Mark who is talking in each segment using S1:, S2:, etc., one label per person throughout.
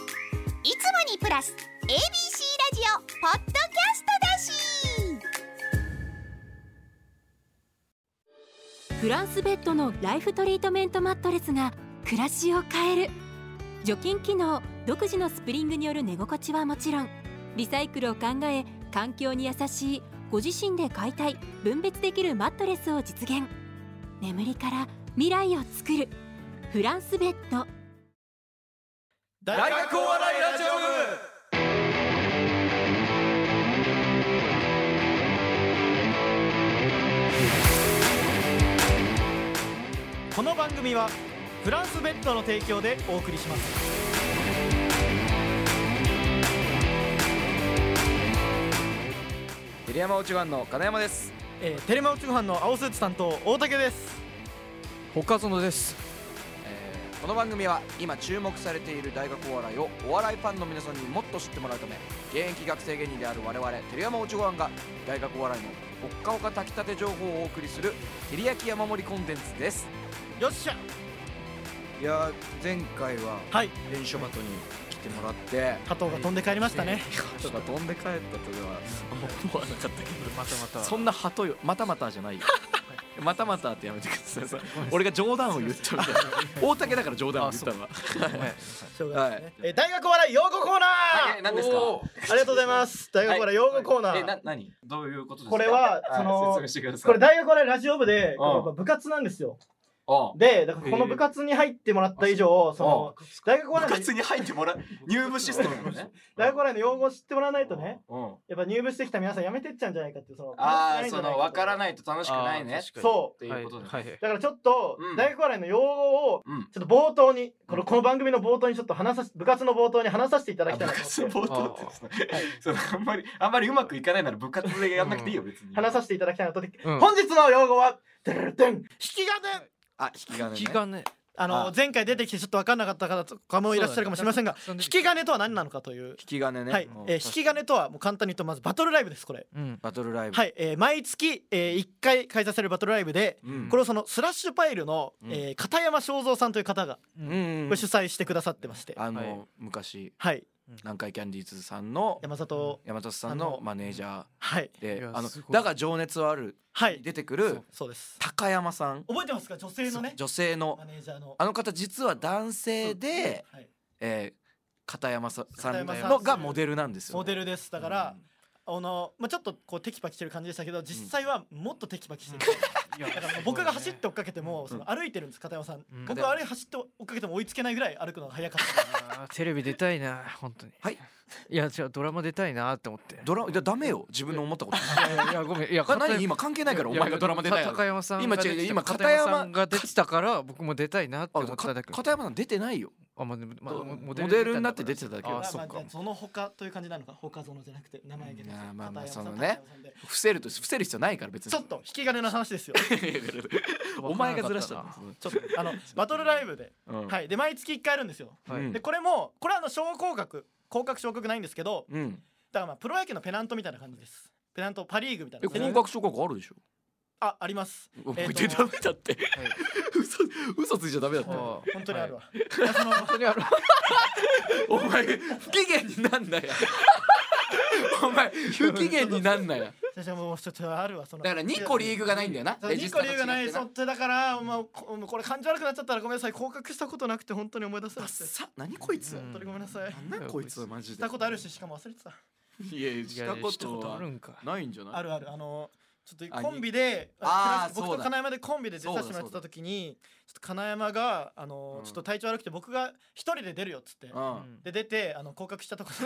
S1: いつもにプラス ABC ラジオポッドキャストだ
S2: しフランスベッドのライフトリートメントマットレスが暮らしを変える除菌機能独自のスプリングによる寝心地はもちろんリサイクルを考え環境に優しいご自身で解体分別できるマットレスを実現眠りから未来を作るフランスベッド
S3: 大学お笑いラジオ部この番組はフランスベッドの提供でお送りします
S4: テレ山内湾の金山です
S3: えー、テレマウチご飯の青スーツ担当大竹です
S5: 北園です
S4: えーこの番組は今注目されている大学お笑いをお笑いファンの皆さんにもっと知ってもらうため現役学生芸人である我々テレ山内ご飯が大学お笑いのほっかほか炊きたて情報をお送りするてりやき山盛りコンテンツです
S3: よっしゃ
S4: いや前回は
S3: はい
S4: 練習バトに来てもらって
S3: 鳩が飛んで帰りましたね、
S4: ちょっと飛んで帰ったというのは思わなかったけど
S5: またまた
S4: そんな鳩よまたまたじゃ ないよまたまたってやめてくださいそれ俺が冗談を言ったみたいな 大竹だから冗談を言ったのは
S3: しょうがないですね
S4: は
S3: えー大学お笑い用語コーナー、
S4: はい何ですか
S5: おー
S3: ありがとうございます大学お笑い用語コーナー、
S4: え、な、何どういうことですか
S3: これはその
S4: 説明してください。
S3: これ大学お笑いラジオ部で
S4: うん
S3: この部活なんですよ
S4: あ
S3: でだからこの部活に入ってもらった以上その大学お
S4: 部
S3: 笑いの
S4: 活に入ってもらう、入部システムのね。
S3: 大学お笑いの用語を知ってもらわないとね
S4: うん。
S3: やっぱ入部してきた皆さんやめてっちゃうんじゃないかっていうその
S4: ああ、その、わから
S3: い
S4: ないと楽しくないね。
S5: あー確かに
S3: そ
S4: っていうことで
S5: はいはい
S3: だからちょっと
S4: うん
S3: 大学お笑いの用語を
S4: うん。
S3: ちょっと冒頭にこのこの番組の冒頭にちょっと話させ部活の冒頭に話させていただ
S4: あ
S3: きた
S4: 部
S3: いな
S4: 活
S3: と思
S4: の
S3: って
S4: 冒頭ってですね、そのあんまりあんまりうまくいかないなら部活でやんなくていいよ別に
S3: 話させていただきたいなと思って
S5: うん
S3: 本日の用語はてるるてん引き金
S4: あ引き金ね
S5: 引き金
S3: あの
S4: あ
S3: 前回出てきてちょっと分かんなかった方とかもいらっしゃるかもしれませんが
S5: 引
S3: 引き金とは何なのかという
S4: 引き金ね
S3: はい
S4: うん、
S3: えー引き金とはもう簡単に言うとまずバトルライブですこれ
S5: うん
S4: バトルライブ
S3: はい、えー毎月、え1回開催されるバトルライブで、
S4: うん
S3: これをそのスラッシュパイルの、
S4: うん
S3: えー片山正蔵さんという方が
S4: う
S5: う
S4: んん
S3: これ主催してくださってまして、
S4: あ
S5: はい
S4: の昔
S3: はい、
S4: 南海キャンディーズさんの
S3: 山里、
S4: 山里さん
S3: あ
S4: の
S3: の
S4: マネージャ
S3: はい、
S4: ー
S5: い
S4: で
S5: や
S4: あの
S5: すごい
S4: だが情熱はある
S3: はい、
S4: 出てくる
S3: そうです。
S4: 高山さん
S3: 覚えてますか、女性のね、
S4: 女性の
S3: マネージャーの。
S4: あの方実は男性で、
S3: はい、
S4: えー、片山ささ
S3: 片
S4: ん
S3: 山さん
S4: のがモデルなんですよ、
S3: モデ
S4: ル
S3: ルです。だから、あの、まあ、ちょっとこうテキパキしてる感じでしたけど、実際はもっとテキパキしてる。だからもう僕が走って追っかけても、その歩いてるんです、片山さん。
S5: うん
S3: 僕はあれ走って追っかけても追いつけないぐらい歩くのが早かった。
S5: あーテレビ出たいな本当に
S4: はい
S5: いや違うドラマ出たいなって思って
S4: ドラいやダメよ自分の思ったこと
S5: いやいやごめんいや
S4: か 何今関係ないからお前がドラマ出たい
S5: いや
S4: や
S5: 高山さんが
S4: 今違う
S5: 出てきた
S4: 今片
S5: 片
S4: 山
S5: 山さんが出てたから僕も出たいなって
S4: あ
S5: 思っただけ
S4: か片山さん出てないよ
S5: あまあでもまあ
S4: どう
S5: モ
S4: モデルになって出てただけ
S5: あ
S3: まあ
S5: そっ
S3: まあ
S5: か
S3: じゃあその他という感じなのか他園じゃなくて名前だけです
S4: うんあーまあまあ
S3: 片山さん
S4: そのね
S3: 片山さんで
S4: 伏せると伏せる必要ないから別に
S3: ちょっと引き金の話です よ
S4: お前がずらしたの
S5: わか
S3: ちょっとあのバトルライブで、
S4: うん
S3: はいで毎月1回あるんですよ
S4: う
S5: はい
S4: ん
S3: でこれもこれはあの昇降格降格昇格ないんですけど
S4: うん
S3: だからまあプロ野球のペナントみたいな感じですペナントパリーグみたい
S4: え
S3: な
S4: 合格証拠あるでしょ
S3: ああります
S4: お
S3: え
S4: 前
S3: ーと
S4: 出ダメだって
S5: はい
S4: 嘘嘘ついちゃダメだって
S5: あー
S3: 本当にあるわ、
S5: はい本当にある
S4: お前不機嫌になんなやお前不機嫌になんなや
S3: 先生もうちょっとあるわその
S4: だから2個リーグがないんだよな
S3: そう二個理由がな
S4: レ
S3: い
S4: ジスタ
S3: そ
S4: と違
S3: ってだから、まあ、ここれ感じ悪くなっちゃったらごめんなさい降格したことなくて本当に思い出せ
S4: ダ
S3: な
S4: ッ
S3: くて
S4: サ何こいつ、
S5: うん
S3: 本当にごめんなさい
S4: なんなんこいつマジで
S3: したことあるししかも忘れてた
S4: いやいや
S5: い
S4: し
S5: や
S4: たこ
S5: した
S4: と
S5: ことある
S4: は
S5: んか
S4: ないんじゃない
S3: あるあるあのちょっ
S4: あ
S3: とコンビで
S4: あー
S3: 僕
S4: そう
S3: と
S4: だ
S3: 金山でコンビで出させてもらってた時にちょっと金山があの、
S4: うん
S3: ちょっと体調悪くて僕が一人で出るよっつって、
S4: う
S5: うんん
S3: で出てあの降格したとこ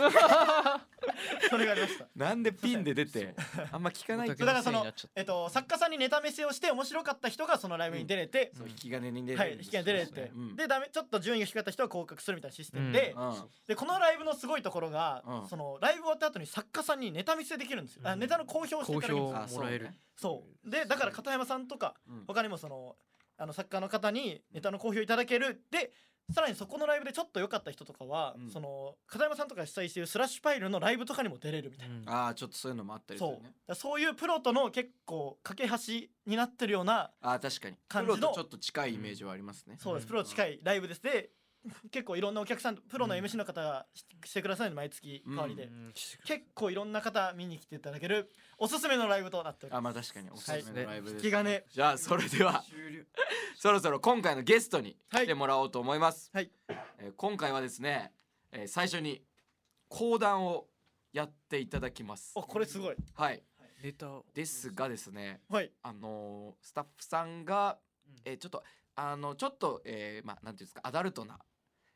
S3: それがありました
S4: なんでピンで出てあんま聞かない
S5: だ
S4: け
S3: だ
S4: ど
S3: からその
S5: せいになっちゃった
S3: えっと作家さんにネタ見せをして面白かった人がそのライブに出れて、
S4: そう引き金に出
S3: はい
S4: る
S3: 引
S4: んです
S3: き金出れて、
S4: うん
S3: でダメちょっと順位が低かった人は降格するみたいなシステムで、
S4: うん
S3: でこのライブのすごいところが、
S4: うん
S3: そのライブ終わった後に作家さんにネタ見せできるんですよ、あ
S5: うん
S3: ネタの公表をしてい
S5: 好
S3: ただけるんです
S5: 評
S3: よ
S4: あ
S5: もらえる
S3: そうでだから片山さんとか
S4: うん
S3: 他にもそのあの作家の方にネタの好評いただけるでさらにそこのライブでちょっと良かった人とかは、
S4: うん
S3: その片山さんとかが主催しているスラッシュパイルのライブとかにも出れるみたいな、
S5: うん
S4: ああちょっとそういうのもあったりす
S3: そう
S4: る
S3: だか
S4: ね
S3: らそういうプロとの結構架け橋になってるような
S4: ああ確かにプ
S3: 感じ
S4: ロ
S3: の
S4: とちょっと近いイメージはありますね
S3: そうです、
S5: うん
S3: プロ近いライブですで 結構いろんなお客さんプロの MC の方がししてくださるので毎月代わりで、結構いろんな方見に来ていただけるおすすめのライブとなっており
S4: あ
S3: ま
S4: まあ確かにおすすめのライブ
S3: す
S4: です、
S3: 引き金
S4: じゃあそれではそろそろ今回のゲストに来てもらおうと思います、
S3: はい
S4: えー今回はですね、えー最初に講談をやっていただきます
S3: おこれすごい
S4: はい
S5: ネタを
S4: ですがですね
S3: はい
S4: あのースタッフさんが、えーちょっとあのちょっと、えーまあなんていうんですかアダルトな、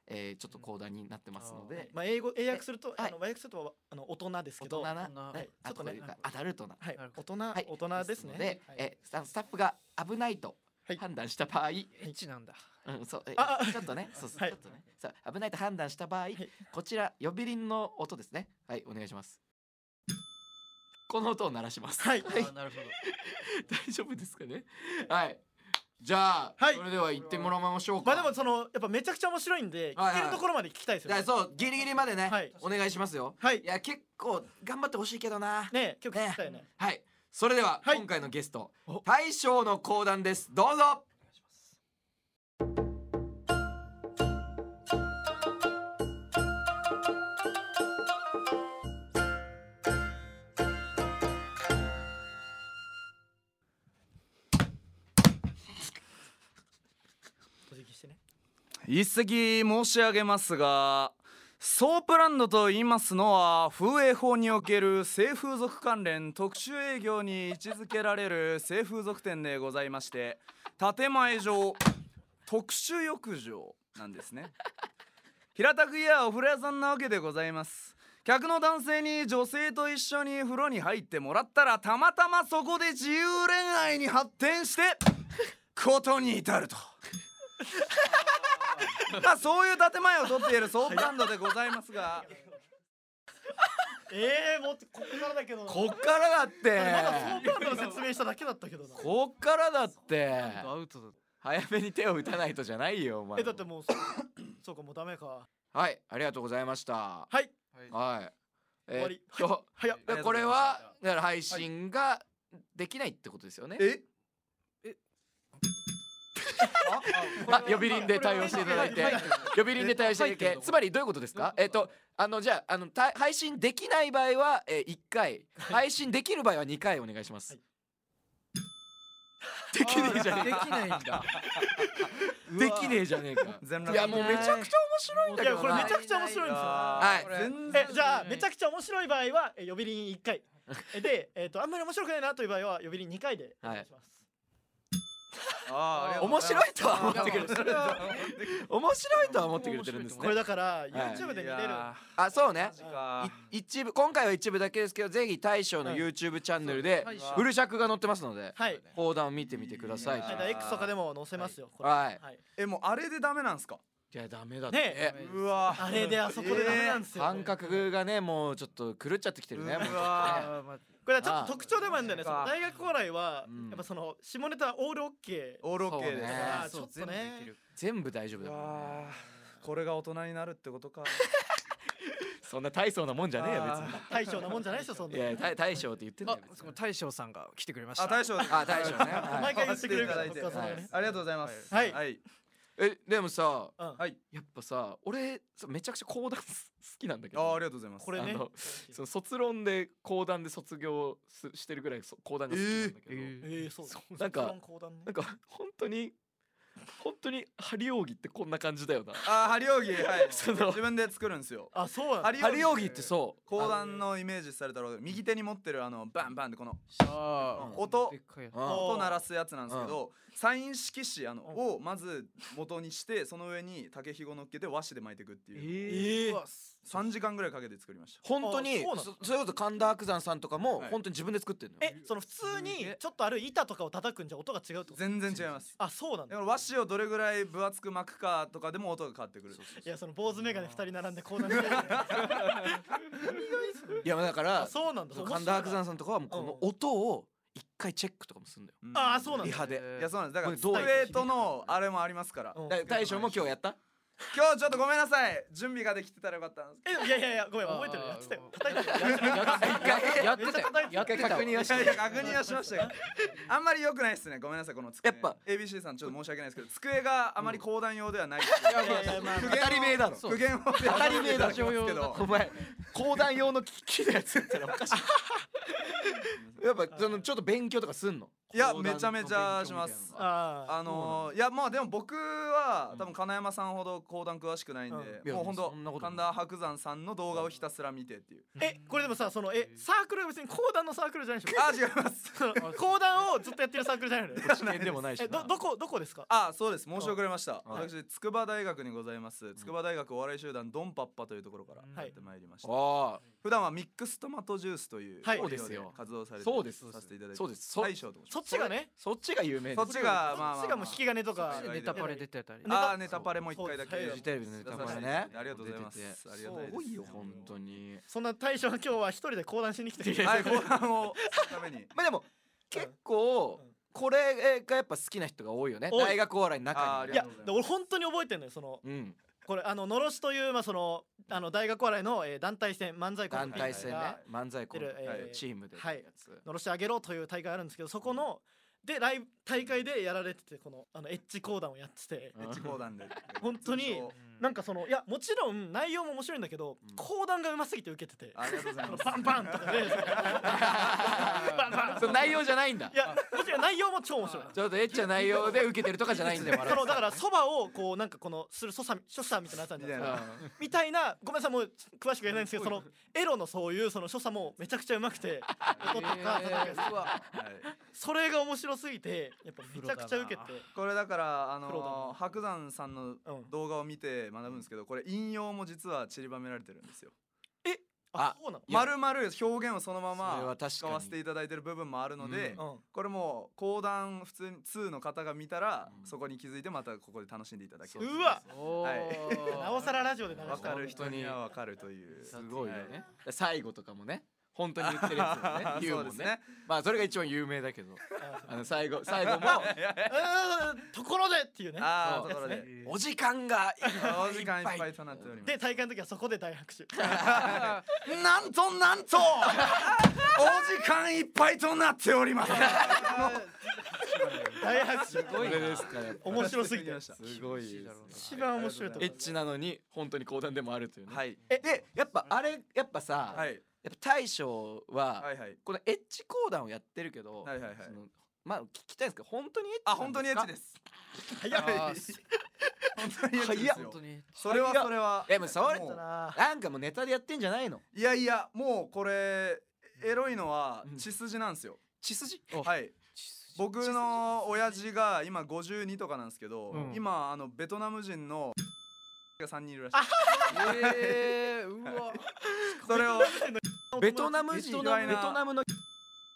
S4: えーちょっと講談になってますので、
S3: まあ英語英訳すると、
S4: はい
S3: あの和訳するとあの大人です
S4: 大
S3: け
S4: 人
S3: ど
S4: な、
S5: な
S4: はい、
S3: ちょ
S4: あ
S3: っと
S4: と
S3: ね
S4: というかアダルトな
S3: はい
S5: なる
S3: 大
S5: ほ
S3: 人、
S4: はい
S3: 大人です
S4: の
S3: ね
S4: で、
S3: はい
S4: えスタスタッフが危ないと
S3: はい
S4: 判断した場合、
S5: エッチなんだ
S4: うん、そう、え
S3: あ
S4: ちょっとね、そうそう、
S3: はい
S4: ちょっとね、そう、危ないと判断した場合、こちら呼び鈴の音ですね。はい、お願いします。この音を鳴らします。
S3: はい
S5: あーなるほど
S4: 大丈夫ですかね。はい。じゃあ、
S3: はい
S4: それでは行ってもらいましょう
S3: ま
S4: か。
S3: あでもそのやっぱめちゃくちゃ面白いんで、
S4: はいはい
S3: 聞けるところまで聞きたいですよ
S4: だから
S3: ね。
S4: そう、ギリギリまでね、
S3: はい
S4: お願いしますよ。
S3: はい
S4: い。や、結構頑張ってほしいけどな。
S3: ね曲聞きたいね。
S4: はい。それでは、
S3: はい
S4: 今回のゲスト
S3: お、
S4: 大将の講談です。どうぞ。
S3: お辞儀してね。
S6: 一席申し上げますがソープランドと言いますのは風営法における性風俗関連特殊営業に位置づけられる性風俗店でございまして建前上特殊浴場なんですね平たく言えばお風呂屋さんなわけでございます客の男性に女性と一緒に風呂に入ってもらったらたまたまそこで自由恋愛に発展してことに至るとまあそういう建前を取っているソープランドでございますが
S3: ええー、もうここからだけどな。
S6: こっからだっ
S3: まだソー
S6: て
S3: プランドの説明しただけだったけどな。
S6: こっからだって
S5: アウトだ
S4: 早めに手を打たないとじゃないよ、お前
S3: えだってもう そうそうかもうダメか。
S4: はい、ありがとうございました。
S3: はい
S4: はい。え
S3: 終わり
S4: ーっと
S3: 早っ。
S6: ありがとうございま
S4: で
S6: した
S4: これはだから配信ができないってことですよね。
S6: え
S4: あ呼び鈴で対応していただいて
S3: はいはい
S4: 呼び鈴で対応していただいて、つまりどういうことですか？えっとあのじゃああのた配信できない場合はえー一回、配信できる場合は二回お願いします。
S3: はい
S4: できねえじゃねえ
S5: で
S4: か。
S5: きないんだ
S4: できねえじゃねえか。
S6: 全
S4: いやもうめちゃくちゃ面白いんだ
S3: い
S4: け
S3: や
S4: ど
S3: これ
S4: な
S3: めちゃくちゃ面白いんですよ。
S4: はい
S6: 全然
S3: えじゃあめちゃくちゃ面白い場合はえ呼び鈴一 回。えでえっ、とあんまり面白くないなという場合は呼び鈴二回でお願いします。
S6: あー
S4: 面白いとは思ってくれ
S5: いやそれは
S4: 面白いとは思ってくれてるんです
S3: これ
S4: ね。
S3: だから YouTube で見れる。
S4: あそうね。
S6: マジか
S4: い一部今回は一部だけですけどぜひ大将の
S3: はい
S4: YouTube チャンネルで
S5: 大
S4: フル尺が載ってますので
S3: はい。
S4: 講談を見てみてください
S6: いや
S3: はい、だ
S6: ー
S3: から X とかでも載せますよ。これ
S4: はい
S3: はい。
S6: えもうあれでダメなんすか
S4: いやダメだっ
S3: ね
S4: て
S6: うわ
S3: あれであそこでダメなんですよ、
S4: 感覚がねもうちょっと狂っちゃってきてるねもうちょっ
S6: う
S4: とね
S6: わ
S5: あーまあ
S3: これはちょっと特徴でもあるんだよね。
S6: あー
S3: その大学お笑いは、
S4: うん
S3: やっぱその下ネタはオールオッケー。
S6: オールオッケー
S4: そう
S6: です
S4: ね
S3: あー
S5: そう
S3: ちょっとね
S5: 全部できる
S4: 全部大丈夫だ
S6: う
S4: からね
S6: わこれが大人になるってことか
S4: そんな大層なもんじゃねえよ
S6: あ
S3: 大将なもんじゃないですよ、そん
S4: 別
S3: な。
S4: にいや大大将って言ってんだ
S5: あ
S4: よ別
S5: そ
S4: に
S5: の大将さんが来てくれました
S6: あ大将
S4: あ大将ねは
S3: 毎
S4: い
S3: 回言ってくれるから、
S6: はい
S3: 僕はそのね
S6: ありがとうございます
S3: はい
S6: はい
S4: えでもさ
S3: うん
S6: はい
S4: やっぱさ俺さめちゃくちゃ講談す好きなんだけ
S6: あーあ
S4: ど
S6: りがとうございます
S3: これね
S4: あの。その卒論で講談で卒業すしてるぐらいそ講談が好きなんだけど、
S5: え
S3: えー、そう
S4: うなんか
S3: 結論講談ね
S4: なんか本当に本当に張り扇ってこんな感じだよな。
S6: あー張り扇はい
S4: その
S6: 自分で作るんですよ
S3: あ、そうなんだ
S6: 張り
S4: 張り扇ってそう
S6: 講談のイメージされたら右手に持ってるあのバンバンってこの
S5: あー
S6: 音
S5: でっかいやつ
S4: あの
S6: 音鳴らすやつなんですけどサイン色紙あの
S3: うん
S6: をまず元にしてその上に竹ひご乗っけて和紙で巻いていくっていう
S5: え
S3: うわ
S6: 3時間ぐらいかけて作りました
S4: 本当に
S3: あそうなの
S4: そそれこそ神田伯山さんとかも
S6: はい
S4: 本当に自分で作ってるのよ。
S3: え、その普通にちょっとある板とかを叩くんじゃ音が違うってこと
S6: 全然違います
S3: あ、そうなん
S6: だ
S3: だ。
S6: から和紙をどれぐらい分厚く巻くかとかでも音が変わってくる
S3: いや、その坊主メガネ二人並んで講談してる。
S4: いやだか
S3: あ、
S4: ら
S3: そうなんだ。
S4: そう神田伯山
S3: さん。
S4: さんとかはもうこの音を一回チェックとかもするんだよ。
S6: うん
S3: あーそうなんだ
S4: リハで。
S6: いやそうなんですだ
S4: これ
S6: からス
S4: どう
S6: トレートのあれもありますから
S3: うん
S4: だから大将も今日やった？
S6: 今日ちょっとごめんなさい準備ができてたらよかったんです
S3: えいやいやいやごめん覚えてるやってたよ叩いてる
S4: やってたよやっ
S3: めっ
S4: て
S3: ちゃ叩いてる
S4: たよ
S6: いやいや確認はしましたけど あんまり良くないですねごめんなさいこの机
S7: やっぱ
S6: ABC さんちょっと申し訳ないですけど机があまり講談用ではないです
S3: いやいやいやまあ
S4: 当たり前だろ
S6: 苦言を当たり前だけど
S4: お前講談用の機器のやつやったらおかしいやっぱそのちょっと勉強とかすんの
S6: いやめちゃめちゃします
S3: あ
S6: あのー、いやまあでも僕は多分金山さんほど講談詳しくないんで、
S4: うんいや
S6: もうほんと
S4: そんなことない
S6: 神田伯山さんの動画をひたすら見てっていう
S3: ーえこれでもさそのえサークルは別に講談のサークルじゃないでしょ
S6: あ違います
S3: その 講談をずっとやってるサークルじゃないのよ
S4: 知見でもないし
S3: えどどこどこですか
S6: あそうです申し遅れました、
S4: はい
S6: 私筑波大学にございます筑波大学お笑い集団ドンパッパというところから
S3: はい
S6: やってまいりました、
S4: あ
S6: 普段はミックストマトジュースという
S3: はい
S6: 料理
S4: そうですよ
S6: 活動されて
S4: そうです
S6: させていただいて
S4: そうですそう
S6: 大将と申し
S3: そっちがね
S4: そっちが有名
S6: ま
S4: です
S6: そっちがまあまあ、まあ、
S3: そっちがもう引き金とか
S6: そっちが
S3: ネ
S5: ネ
S3: タ
S5: タ
S3: パ
S5: パ
S3: レ
S5: レ
S3: 出
S5: 出てたり
S3: ネタ
S6: あーネタパレも一回だけ
S3: そう
S4: フジテレビのネタバレね
S6: ありがとうございますありがたいです
S4: すごいよ本当に
S3: そんな大将は今日は一人で講談しに来てる
S6: はい後半をするために
S4: まあでも結構
S3: うん
S4: これがやっぱ好きな人が多いよね
S3: 多い
S4: 大学お笑いの
S6: あ
S4: 中
S6: ーあ
S4: に
S6: り
S3: いや
S6: がとうございます
S3: で俺本当に覚えてるのよその
S4: うん
S3: これあののろしというまあそのあの大学お笑いの、えー団体戦漫才コ
S4: 団
S3: ンビが
S4: 体戦ね
S3: や
S4: 漫才
S3: っ
S4: コ
S3: て
S4: ンビ
S3: る、えー
S6: はい
S4: チームでや
S3: はい
S4: るやつ
S3: のろし上げろという大会あるんですけどそこのでライブ大会でやられててこのあのエッジ講談をやってて
S4: うん
S6: 地方なんで
S3: 本当になんかそのいやもちろん内容も面白いんだけど、
S4: うん
S3: 講談がうますぎて受けてて
S6: ありがとうございます
S3: バンバンとかでバンバン
S4: その内容じゃないんだ
S3: いやもちろん内容も超面白い
S4: ちょっとエッチな内容で受けてるとかじゃないんだよ
S3: そ
S4: 笑い
S3: のだからそばをこうなんかこのする所作所作みたいなやつあるじゃないですか
S6: み
S4: うん
S3: みたいなごめんなさいもう詳しく言えないんですけどそのエロのそういうその所作もめちゃくちゃうまくて音とか叩くやつ
S6: はい
S3: それが面白すぎてやっぱめちゃくちゃ受けて
S6: これだからあ
S3: プロだな
S6: の白山さんの
S3: うん
S6: 動画を見て学ぶんですけどこれ引用も実は散りばめられてるんですよ
S4: あ
S3: あそうなの
S4: いや
S6: まるまる表現をそのま
S4: それ
S6: ま
S4: は確かに
S6: 使わせていただいてる部分もあるので、
S4: うん
S3: うん
S6: これもう講談普通に2の方が見たら、
S4: うん
S6: そこに気づいてまたここで楽しんでいただけ
S3: う
S6: る
S3: わ
S5: お
S6: は
S3: なおさらラジオで流
S6: わ
S3: し
S6: か
S3: た
S6: る人
S4: 本当に
S6: にはわかるという
S4: すごいよ
S6: は
S4: ね最後とかもね本当に言ってるやつだよね 言う
S6: そ
S4: も
S6: うで
S4: ん
S6: す
S4: ね
S6: ね
S4: まあそれが一番有名だけどあの最 後最後も
S3: あうんところでっていうね
S6: あ
S4: そ
S6: あ
S4: う
S6: ところで、
S4: お時間が
S6: お時間いっぱいとなっております
S3: で大会の時はそこで大拍手
S6: なんとなんと お時間いっぱいとなっております
S3: 大拍手
S4: これですからやっぱ
S3: 面白すぎて
S6: す
S4: すごいですね
S3: 一番面白いと
S4: エ
S3: こ
S4: ッチなのに本当に講談でもあるというね
S6: はい
S4: でやっぱあれやっぱさ
S6: は
S4: やっ
S6: い
S4: ぱ大将は
S6: はいはい
S4: このエッチ講談をやってるけど
S6: はいはいはい
S4: そのまあ聞きたいんですけど本当にエッチ
S6: あ本当にエッチ
S4: す
S6: です
S3: 早い
S5: あ
S6: 本当にエッチです
S5: 本
S6: よ
S5: 当に
S6: それは
S4: 早っ
S6: それは
S4: でもそれ
S6: もう
S4: かなんかもうネタでやってんじゃないの
S6: いやいやもうこれエロいのは血筋なんですよ、
S4: 血筋
S6: はい僕の親父が今52とかなんですけど、
S5: うん
S6: 今あのベトナム人の が3人いるらしい
S5: えーうわ
S6: それを
S4: ベトナム人
S6: ベトナム
S4: ベトナムの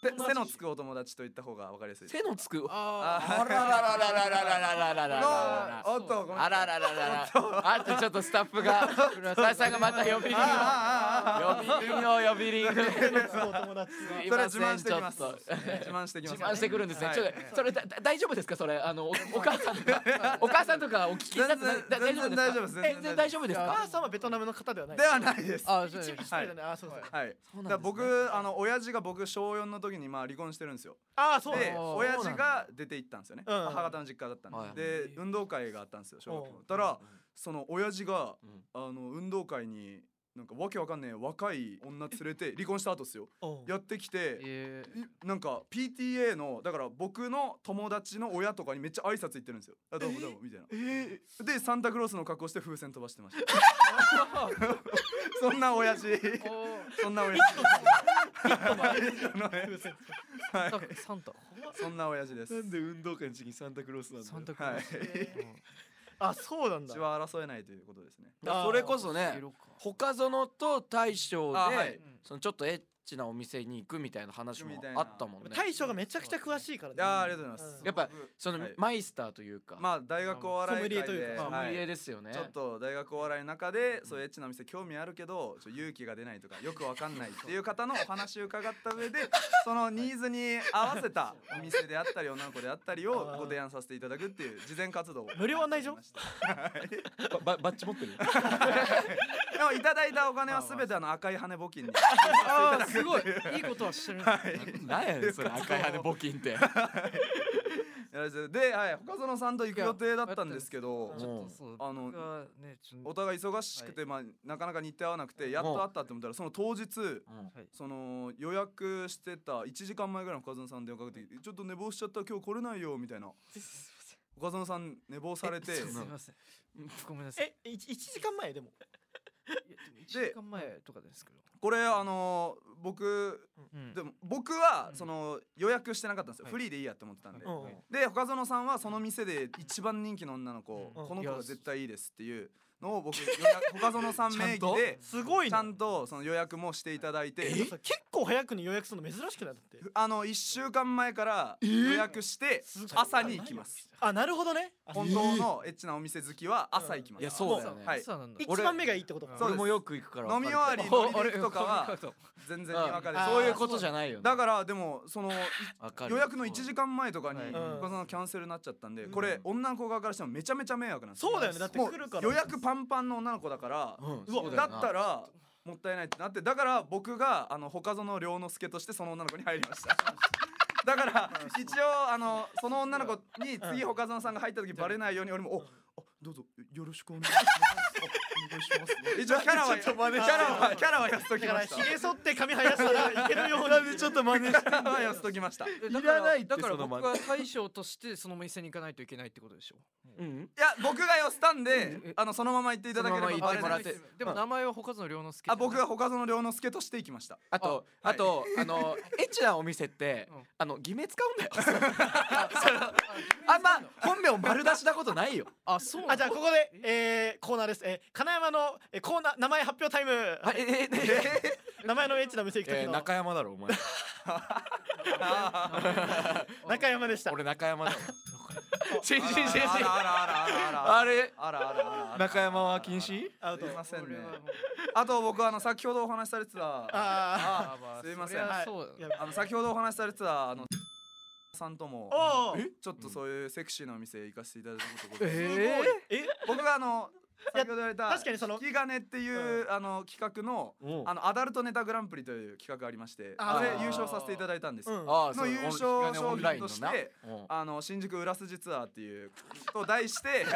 S6: せ背のつくお友達と言った方が分かりやすい
S4: 背のつく
S5: あ
S4: あららららららららららららら
S6: のおっとごめん
S4: あらららららあとちょっとスタッフがさイさんがまた呼び鈴を
S6: あ
S4: 呼び鈴を呼び鈴
S3: お友達
S4: い
S6: それ
S4: ま
S6: は自慢
S4: せんち
S6: してき
S4: ょ
S6: ま
S4: っ
S6: す
S4: と
S6: 自慢してきます
S4: 自慢してくるんですね。
S6: はい
S4: ちょっとそれだだ大丈夫ですかそれあのおお母さんとかお母さんとかお聞きになってなだ大
S6: 全
S4: 丈夫ですか
S6: 然大丈夫です。
S4: え全然大丈夫です
S3: お母
S4: か。
S3: さんはベトナムの方ではない
S6: ではないです。は
S5: あ
S3: 一
S5: そう
S3: 一人だねあそうそう
S6: い。
S4: そうなん
S6: だから
S4: ですね
S6: 僕あの親父が僕小4の時にまあ離婚してるんですよ。
S3: あそう
S6: で
S3: ね
S5: あー
S6: 親父が出て行ったんですよね。
S3: うん
S6: 母方の実家だった
S4: はい
S6: んで。で運動会があったんですよ小学校
S3: う
S6: の
S3: ん。
S6: たらその親父が
S4: うん
S6: あの運動会になんかわけわかんねえ若い女連れて離婚した後ですよ。
S3: おう
S6: やってきて。
S5: えー
S6: いなんか PTA のだから僕の友達の親とかにめっちゃ挨拶行ってるんですよ「あどうもどうも」みたいな、でサンタクロースの格好して風船飛ばしてましたそんな親父そんな親父 のねはい
S5: サンタサンタ
S6: そんな親父です
S4: で運動会の時にサンタクロースな
S5: サンタクロ
S6: は
S5: ー
S6: い
S5: ス
S3: あそうなんだ
S6: 血は争えないということですね
S4: それこそ
S5: 黄
S4: ね
S5: 色か
S4: 他園と大将で、
S6: あはい
S4: そのちょっとエッチなお店に行くみたいな話も
S5: みたいな
S4: あったもんね
S3: 大将がめちゃくちゃ詳しいからね
S6: あーありがとうございます
S3: うん
S4: やっぱその
S6: はい
S4: マイスターというか、
S6: まあ大学お笑い会で
S3: ソムリエというか
S4: まあ
S3: ま
S6: はい
S4: 無理やりですよね
S6: ちょっと大学お笑いの中でそういうエッチな店興味あるけどちょっと勇気が出ないとかよくわかんないっていう方のお話を伺った 上でそのニーズに合わせたお店であったり女の子であったりをご提案させていただくっていう慈善活動を
S3: 無料案内所
S8: ババッチ持ってる
S6: でもいただいたお金はすべてあの赤い羽募金に
S5: ああすごいいいことはしてるんだ
S4: 何やねんそれ赤い羽募金って
S6: やらせてで、はい、他園さんと行く予定だったんですけど
S4: や
S5: ち
S4: もう
S5: ょっとそう
S6: あの
S5: 僕はねちょっと
S6: お互い忙しくて、まあ、なかなか日程合わなくてやっと会ったって思ったらその当日
S5: はい
S6: その予約してた1時間前ぐらいの深園さんに電話かけてきて「ちょっと寝坊しちゃった今日来れないよ」みたいな深園さん寝坊され て
S5: すいませんごめんなさい
S3: え一一時間前でも
S5: いやでも一時間前とかですけど
S6: これあのー僕
S5: うん
S6: でも僕は
S5: うん
S6: その予約してなかったんですよ
S5: はい
S6: フリーでいいやって思ってたんで
S3: うん
S6: で深園さんはその店で一番人気の女の子
S3: うん
S6: この
S5: い
S6: 子
S5: や
S6: が絶対いいですっていうのを僕予約深園さん名義 で
S3: ですごい
S6: ち
S3: な
S6: ゃんとその予約もしていただいて
S3: 結構早くに予約するの珍しくないだって
S6: あの1週間前から予約して朝に行きます
S3: あなるほどね
S6: 本当のエッチなお店好きは朝行きます
S4: いやそうだよね、
S6: はい
S5: そうなんだ
S3: 一番目がいいってことか
S6: そうで
S4: 俺
S6: す
S4: もよく行くから
S6: 飲み終わり乗りに行くとかは全然にわかで
S3: あ
S6: す
S4: そういうことじゃないよね
S6: だからでもそのい
S4: わかる
S6: 予約の1時間前とかに
S5: はい
S3: うん
S6: 他のキャンセルになっちゃったんでこれ女の子側からしてもめちゃめちゃ迷惑なんです
S3: そうだよねだって
S6: もう
S3: 来るから
S6: 予約パンパンの女の子だから
S4: うん
S3: うわ
S4: そうよ
S6: だ
S4: な
S6: ったらもったいないってなってだから僕があの他園良之助としてその女の子に入りました。だから一応あのその女の子に次
S3: うん
S6: 他園さんが入った時バレないように俺も「おあどうぞよろしくお願いします」お願いします一応キャラはキャラはキャラはやっとき
S3: だか
S6: ま
S3: ら
S6: した
S3: ひげ剃って髪生やしたらいけるようにちょっと真似
S6: キャラはやっときましたい
S5: え
S8: いらないって
S5: だから
S8: その
S5: 僕
S8: まま
S5: は大将としてその店に行かないといけないってことでしょ
S4: うん
S6: や僕が寄せたんで
S5: え
S6: あのそのまま行っていただければ
S4: そのまま
S6: バ
S4: 行ってもら
S6: レな
S4: っ
S6: い
S4: て
S6: です
S5: でも名前は他の良之助
S6: あ僕が他園良之助として行きました
S4: あとあ,、
S6: あはい
S4: とあのエッチなお店って、
S5: うん
S4: あの偽名使うんだよそのあんま本名を丸出しなことないよ
S5: あそう
S3: あじゃあここで、えー、コーナーです、えー、金山の、えー、コーナー名前発表タイム、
S4: あえええ
S3: 名前のエッチな店行く時の、
S8: えー中山だろお 前
S3: 中山でした
S8: 俺中山だろ
S4: ちんちんちんちん
S6: あらあらあらあら
S4: あれ
S6: あらあらあら
S8: 中山は禁止
S3: アウ
S6: す
S3: ト
S6: いませんね
S5: 俺はもう
S6: あと僕あの先ほどお話しされてた
S3: あ
S5: あまあ
S6: すいません
S5: そり
S3: ー
S5: ゃ
S3: はい
S5: そうだ
S3: や
S6: あの先ほどお話しされてたあのさんとも
S3: おお
S6: ちょっとそういうセクシーなお店行かせていただいたことが
S5: え
S3: ええ
S6: 僕があの先ほど言われた
S3: 確かにその
S6: 引き金っていうあの企画の
S8: うん
S6: あのアダルトネタグランプリという企画がありまして
S3: あー
S6: それ優勝させていただいたんです
S3: う
S6: の
S3: ん
S4: あそう
S6: 優勝
S4: オンラインオ
S6: 商
S4: ンラインの
S6: 品
S4: な
S6: として
S8: うん
S6: あの新宿裏筋ツアーっていうと 題して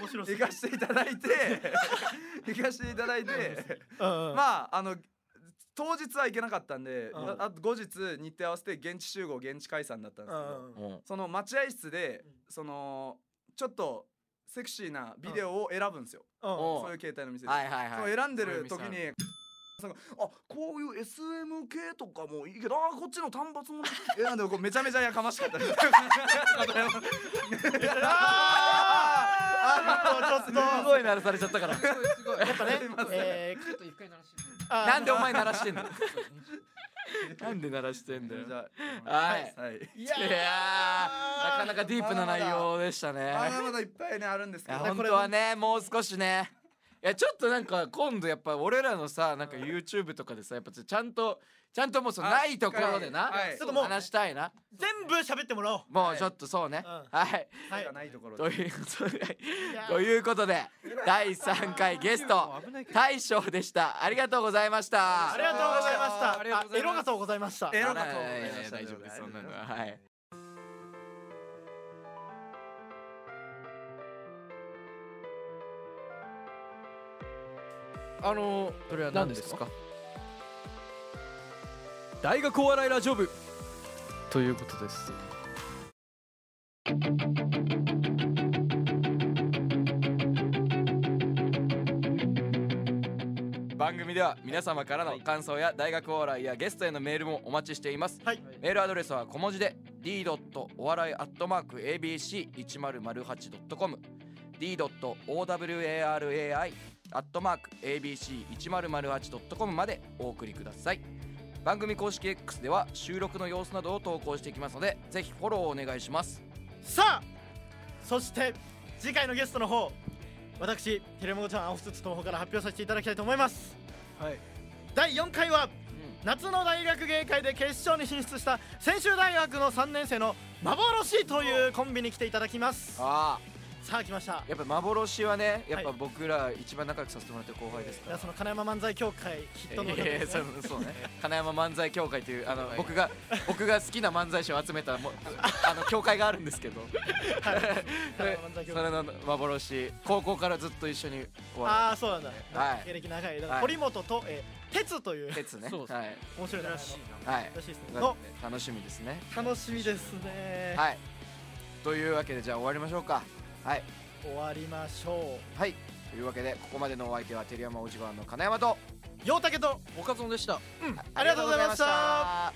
S3: 面白そう
S6: 行かせていただいて 行かせていただいて
S3: うんうん
S6: まああの当日は行けなかったんで、
S3: うん
S6: ああと後日日程合わせて現地集合現地解散だったんですけど、
S3: う
S8: う
S3: ん
S8: ん
S6: その待合室で
S3: うん
S6: そのちょっとセクシーなビデオを選ぶんです
S3: う
S6: よ、
S3: ん
S6: そういう携帯の店で、
S4: はいはいはい
S6: その選んでる時
S4: そういう
S6: にそのあこういう SM 系とかもいいけどあーこっちの単発も選んでこうめちゃめちゃやかましかったです
S3: あーちょっと
S4: すごい鳴らされちゃった から
S5: すごいすごいやっぱね
S3: えー
S5: ちょっと一回鳴らしてみる
S3: あー
S4: なんでお前鳴らしてん だよなんで鳴らしてんだよ
S6: じゃあ
S4: はい
S6: はい
S3: い
S4: い
S3: や
S4: や
S3: ー
S4: ーなかなかディープな内容でしたね
S6: まだまだいっぱいねあるんです
S4: い
S6: け
S4: や
S6: ど
S4: 本当はねもう少しねいやちょっとなんか今度やっぱ俺らのさなんか YouTube とかでさやっぱちゃんとちゃんともうその
S6: あ
S4: ないところでな、
S6: はい
S3: ちょっともう
S4: 話したいな
S3: 全部喋ってもらおう
S4: もうちょっとそうね
S3: うん
S4: はい、
S3: はい
S6: がないところで
S4: ということで
S3: や
S4: ということで第3回ゲスト
S5: 危ないけど
S4: 大将でしたありがとうございました
S3: ありがとうございました
S5: ありがとうございます
S3: エロがとうございました
S6: エロ
S4: あ
S6: かと
S4: い
S6: 思い
S4: やいや
S6: ま
S4: いや
S6: した
S4: 大丈夫ですそんなのははい
S5: あのそれは何ですか
S8: 大学お笑いラジオ部
S5: ということです
S4: 番組では皆様からの感想や大学お笑いやゲストへのメールもお待ちしています、
S3: はい
S4: メールアドレスは小文字で d. お笑い @abc1008.com d.owararai.abc1008.com までお送りください番組公式 X では収録の様子などを投稿していきますのでぜひフォローをお願いします
S3: さあそして次回のゲストの方私テレモゴちゃん青スーツの方から発表させていただきたいと思います
S6: はい
S3: 第4回は夏の大学芸会で決勝に進出した専修大学の3年生の幻というコンビに来ていただきます
S4: ああ
S3: さあ来ました
S4: やっぱ幻はねやっぱ
S3: はい
S4: 僕ら一番仲良くさせてもらってる後輩ですか
S3: いや
S4: ら
S3: その金山漫才協会ヒットの方
S4: え
S3: で
S4: え
S3: すね
S4: そうそうね金山漫才協会というあの僕が僕が好きな漫才師を集めたもあの協会があるんですけど
S3: はい
S4: そ
S3: 金
S4: れ
S3: 山漫才協
S4: それ
S3: 会
S4: の幻高校からずっと一緒にお笑
S3: ああそうなんだ
S4: はい
S3: 芸歴長いだか
S4: は
S3: ら
S4: い
S3: 堀本とえー鉄という
S4: い鉄ね
S5: そうです
S4: はい
S3: 面白い名前の
S4: はい
S3: らしいですね
S4: なの
S3: の
S4: で楽しみですね
S3: 楽しみですね
S4: はいというわけでじゃあ終わりましょうかはい
S3: 終わりましょ
S4: はいというわけでここまでのお相手は照山おじわんの金山と
S3: う陽竹と
S5: 岡園でした
S3: ありがとうございました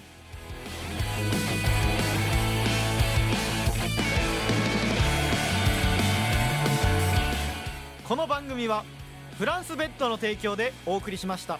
S3: この番組はフランスベッドの提供でお送りしました。